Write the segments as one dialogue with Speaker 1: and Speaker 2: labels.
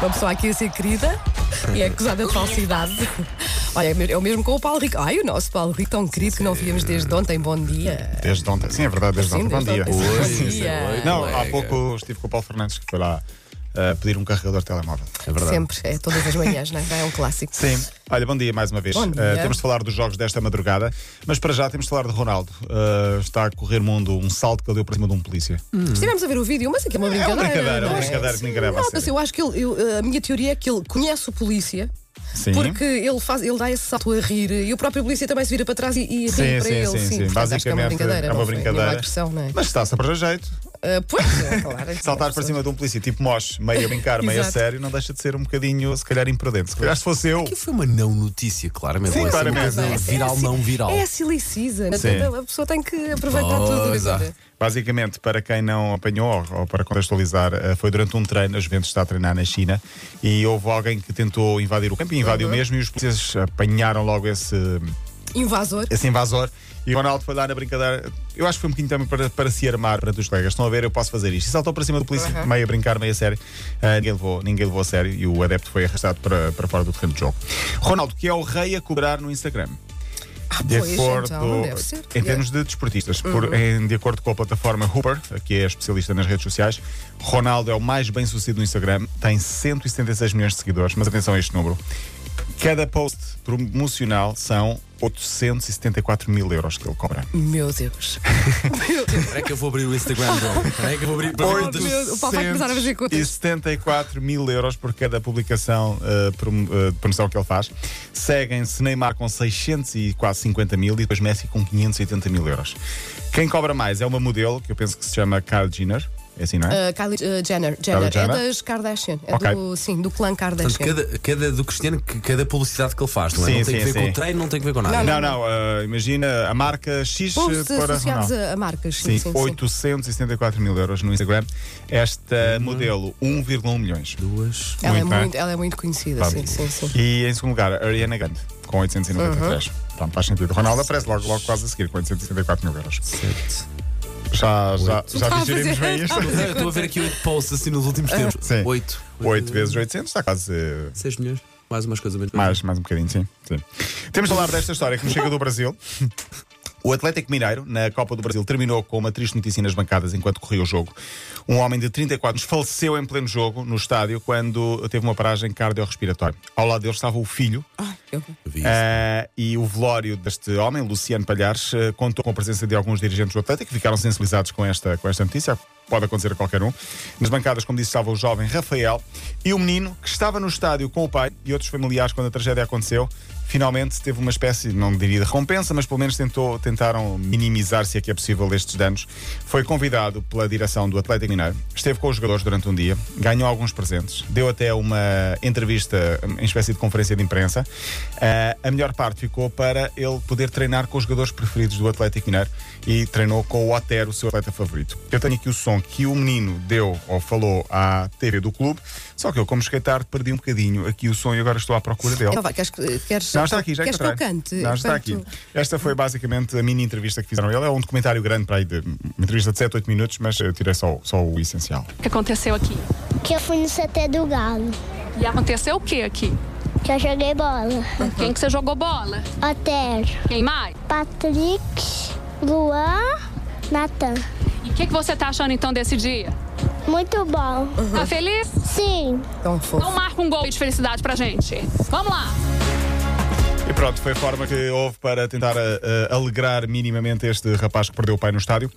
Speaker 1: Uma pessoa aqui a ser querida e é acusada de falsidade. Olha, é me- é o mesmo com o Paulo Rico. Ai, o nosso Paulo Rico, tão querido que não víamos desde ontem. Bom dia.
Speaker 2: Desde ontem. Sim, é verdade, desde
Speaker 1: Sim,
Speaker 2: ontem. Bom
Speaker 1: desde ontem.
Speaker 2: dia.
Speaker 1: Sim,
Speaker 3: Oi,
Speaker 1: bom
Speaker 3: oi,
Speaker 1: dia.
Speaker 2: Não, é há
Speaker 3: Colega.
Speaker 2: pouco estive com o Paulo Fernandes, que foi lá uh, pedir um carregador de telemóvel.
Speaker 3: É verdade.
Speaker 1: Sempre, é todas as manhãs, não é? É um clássico.
Speaker 2: Sim. Olha, bom dia mais uma vez.
Speaker 1: Bom
Speaker 2: Uh,
Speaker 1: dia.
Speaker 2: temos de falar dos jogos desta madrugada, mas para já temos de falar de Ronaldo. Uh, está a correr mundo um salto que ele deu para cima de um polícia.
Speaker 1: Estivemos a ver o vídeo, mas aquilo é uma
Speaker 2: É uma
Speaker 1: brincadeira.
Speaker 2: brincadeira, é
Speaker 1: não
Speaker 2: uma
Speaker 1: é?
Speaker 2: brincadeira que ninguém leva a
Speaker 1: Nota-se,
Speaker 2: sério.
Speaker 1: eu acho que ele, eu- a minha teoria é que ele conhece o polícia.
Speaker 2: Sim.
Speaker 1: Porque ele, faz, ele dá esse salto a rir e o próprio polícia também se vira para trás e, e ri
Speaker 2: Sim,
Speaker 1: para
Speaker 2: sim,
Speaker 1: ele.
Speaker 2: sim, sim.
Speaker 1: Portanto, acho que é uma
Speaker 2: Basicamente,
Speaker 1: brincadeira.
Speaker 2: é uma
Speaker 1: não foi nenhuma
Speaker 2: brincadeira.
Speaker 1: agressão, não é?
Speaker 2: Mas está-se a perder jeito.
Speaker 1: Ah, pois, é, claro.
Speaker 2: Saltar para cima de um polícia tipo Mosh, meio a brincar, meio a
Speaker 1: Exato. É
Speaker 2: sério, não deixa de ser um bocadinho, se calhar, imprudente. Se calhar se fosse eu.
Speaker 3: Que foi uma não notícia, claramente.
Speaker 2: Sim,
Speaker 3: Ou é sempre
Speaker 2: claramente.
Speaker 3: uma coisa
Speaker 1: Mas é
Speaker 3: Viral,
Speaker 1: assim-
Speaker 3: não viral.
Speaker 1: É a silly season.
Speaker 2: Sim.
Speaker 1: Então, A pessoa tem que aproveitar
Speaker 3: Pois
Speaker 1: tudo.
Speaker 3: é.
Speaker 1: Isabel.
Speaker 2: Basicamente, para quem não apanhou, ou- ou para contextualizar, eh, foi durante um treino, a Juventus está a treinar na China, e houve alguém que tentou invadir o campo, e invadiu mesmo, e os polícias apanharam logo esse,
Speaker 1: Invasor.
Speaker 2: esse invasor, e o Ronaldo foi lá na brincadeira, eu acho que foi um bocadinho também para, para se armar perante os colegas, estão a ver, eu posso fazer isto. E saltou para cima do polícia,
Speaker 1: Uhum.
Speaker 2: meio a brincar, meio a sério, Ah, ninguém, levou, ninguém levou a sério, e o adepto foi arrastado para, para fora do terreno de jogo. Ronaldo, que é o rei a cobrar no Instagram. De
Speaker 1: pois,
Speaker 2: acordo,
Speaker 1: então, não deve ser. Uhum.
Speaker 2: em termos de desportistas, por- em- de acordo com a plataforma Hooper, que é especialista nas redes sociais, Ronaldo é o mais bem sucedido no Instagram, tem 176 milhões de seguidores, mas atenção a este número. Cada post promocional são 874 mil euros que ele cobra.
Speaker 1: Meu Deus. Meu Deus.
Speaker 3: Como é que eu vou abrir o Instagram dele? Como é que eu vou abrir?
Speaker 1: Oi, Meu Deus, o Paulo vai começar a fazer contas.
Speaker 2: E 74 mil euros por cada publicação eh, prom- eh, de promoção que ele faz. Seguem-se Neymar com 600 e quase 50 mil e depois Messi com 580 mil euros. Quem cobra mais é uma modelo que eu penso que se chama Kylie Jenner. É assim, não é?
Speaker 1: Ah, Kylie ah, Jenner, Jenner.
Speaker 2: Kylie Jenner?
Speaker 1: É das Kardashian. É
Speaker 2: Ok.
Speaker 1: do, sim, do clã
Speaker 3: Portanto,
Speaker 1: Kardashian.
Speaker 3: cada, cada do Cristiano, que- cada publicidade que ele faz, não é?
Speaker 2: Sim,
Speaker 3: não tem
Speaker 2: sim,
Speaker 3: que ver com
Speaker 2: sim.
Speaker 3: o treino, não tem que ver com nada.
Speaker 2: não, não. eh, imagina a marca X
Speaker 1: Posts
Speaker 2: para
Speaker 1: associados
Speaker 2: Ronaldo.
Speaker 1: a, a marcas. Sim,
Speaker 2: Sim,
Speaker 1: sim, sim.
Speaker 2: 874 mil euros no Instagram. Esta modelo, 1,1 milhões.
Speaker 3: Duas.
Speaker 1: Ela,
Speaker 2: muito, não
Speaker 1: é
Speaker 2: é?
Speaker 1: muito, ela é muito conhecida. Sim, sim, sim.
Speaker 2: E em segundo lugar, Ariana Grande, com 893. Pronto, faz sentido. Ronaldo aparece logo, logo quase a seguir, com 864 mil euros.
Speaker 3: Sete.
Speaker 2: Já, já, já
Speaker 1: Tá a
Speaker 2: digerimos
Speaker 1: fazer-
Speaker 2: bem isto?
Speaker 1: tá a
Speaker 3: Não, eu estou a ver aqui oito posts assim nos últimos tempos.
Speaker 2: Sim.
Speaker 3: Oito. Eh,
Speaker 2: 8 vezes 800, está quase. eh,
Speaker 3: Seis milhões. Mais umas coisas menos.
Speaker 2: Mais, mais um bocadinho, sim. sim. Temos de falar desta história que nos chega do Brasil. O Atlético Mineiro, na Copa do Brasil, terminou com uma triste notícia nas bancadas enquanto corria o jogo. Um homem de 34 anos faleceu em pleno jogo no estádio quando teve uma paragem cardiorrespiratória. Ao lado dele estava o filho,
Speaker 1: Ai, eu-
Speaker 3: Vi isso.
Speaker 2: Ah, e o velório deste homem, Luciano Palhares, ah, contou com a presença de alguns dirigentes do Atlético que ficaram sensibilizados com esta, com esta notícia. Pode acontecer a qualquer um. Nas bancadas, como disse, estava o jovem Rafael e o menino que estava no estádio com o pai e outros familiares quando a tragédia aconteceu. Finalmente teve uma espécie, não diria de recompensa, mas pelo menos tentou, tentaram minimizar, se é que é possível, estes danos. Foi convidado pela direção do Atlético Mineiro, esteve com os jogadores durante um dia, ganhou alguns presentes, deu até uma entrevista em espécie de conferência de imprensa. Ah, a melhor parte ficou para ele poder treinar com os jogadores preferidos do Atlético Mineiro e treinou com o Otero, o seu atleta favorito. Eu tenho aqui o som que o menino deu ou falou à TV do clube, só que eu, como cheguei tarde, perdi um bocadinho aqui o som e agora estou à procura dele.
Speaker 1: Então vai, queres, que- queres,
Speaker 2: Não, está aqui, já
Speaker 1: queres que
Speaker 2: encontrei.
Speaker 1: eu cante?
Speaker 2: Não, está aqui.
Speaker 1: Portanto,
Speaker 2: Esta foi basicamente a mini entrevista que fizeram. Ele é um documentário grande para aí, de, uma entrevista de 7, 8 minutos, mas eu tirei só, só o essencial.
Speaker 4: que aconteceu aqui?
Speaker 5: que eu fui no CT do Galo,
Speaker 4: E aconteceu o que aqui?
Speaker 5: que eu joguei bola.
Speaker 4: Quem que você jogou bola?
Speaker 5: Otero,
Speaker 4: Quem mais?
Speaker 5: Patrick, Luan, Natan.
Speaker 4: E o que, que você tá achando então desse dia?
Speaker 5: Muito bom.
Speaker 4: Tá feliz?
Speaker 5: Sim.
Speaker 1: Tão fofo.
Speaker 4: Então marca um gol de felicidade pra gente. Vamos lá!
Speaker 2: E pronto, foi a forma que houve para tentar ah, ah, alegrar minimamente este rapaz que perdeu o pai no estádio.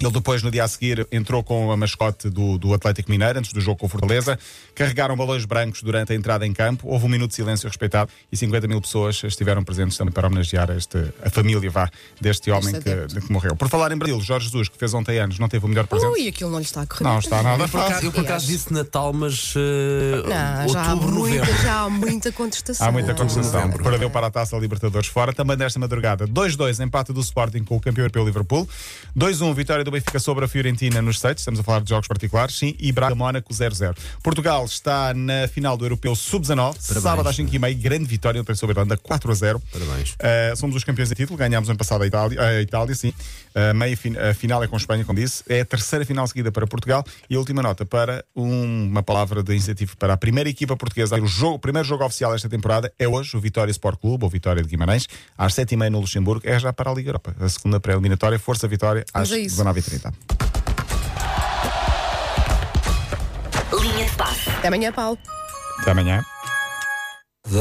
Speaker 2: Ele depois, no dia a seguir, entrou com a mascote do, do Atlético Mineiro, antes do jogo com o Fortaleza. Carregaram balões brancos durante a entrada em campo. Houve um minuto de silêncio respeitado e 50 mil pessoas estiveram presentes também para homenagear este, a família vá, deste homem
Speaker 1: Este adepto.
Speaker 2: que, que morreu. Por falar em Brasil, Jorge Jesus, que fez ontem anos, não teve o melhor presente.
Speaker 1: Ui, aquilo não lhe está a correr.
Speaker 2: Não está nada
Speaker 3: Por acaso-
Speaker 2: fácil.
Speaker 3: eu por acaso
Speaker 1: Aliás.
Speaker 3: disse Natal, mas. eh,
Speaker 1: Não, já há,
Speaker 3: outubro,
Speaker 1: muita,
Speaker 3: novembro.
Speaker 1: já há muita contestação.
Speaker 2: Há muita contestação.
Speaker 3: novembro.
Speaker 2: Perdeu para a taça Libertadores fora. Também nesta madrugada, 2-2, empate do Sporting com o campeão europeu Liverpool. 2-1, vitória do Benfica sobre a Fiorentina nos States, estamos a falar de jogos particulares, sim, e Braga Mónaco 0-0. Portugal está na final do Europeu Sub-19, sábado às 5h30, grande vitória ontem sobre a Irlanda, 4-0.
Speaker 3: Parabéns.
Speaker 2: Uh, somos os campeões de título, ganhámos ano passado a Itália, a Itália sim. Uh, meia fin- a final é com a Espanha, como disse. É a terceira final seguida para Portugal. E a última nota para um- uma palavra de incentivo para a primeira equipa portuguesa. O, jogo- o primeiro jogo oficial esta temporada é hoje, o Vitória Sport Clube, ou Vitória de Guimarães, às 7h30 no Luxemburgo. É já para a Liga Europa. A segunda pré-eliminatória, Força Vitória, às
Speaker 1: Mas é isso.
Speaker 2: 19h30.
Speaker 6: Linha de passe.
Speaker 1: Até amanhã, Paulo.
Speaker 2: Até amanhã.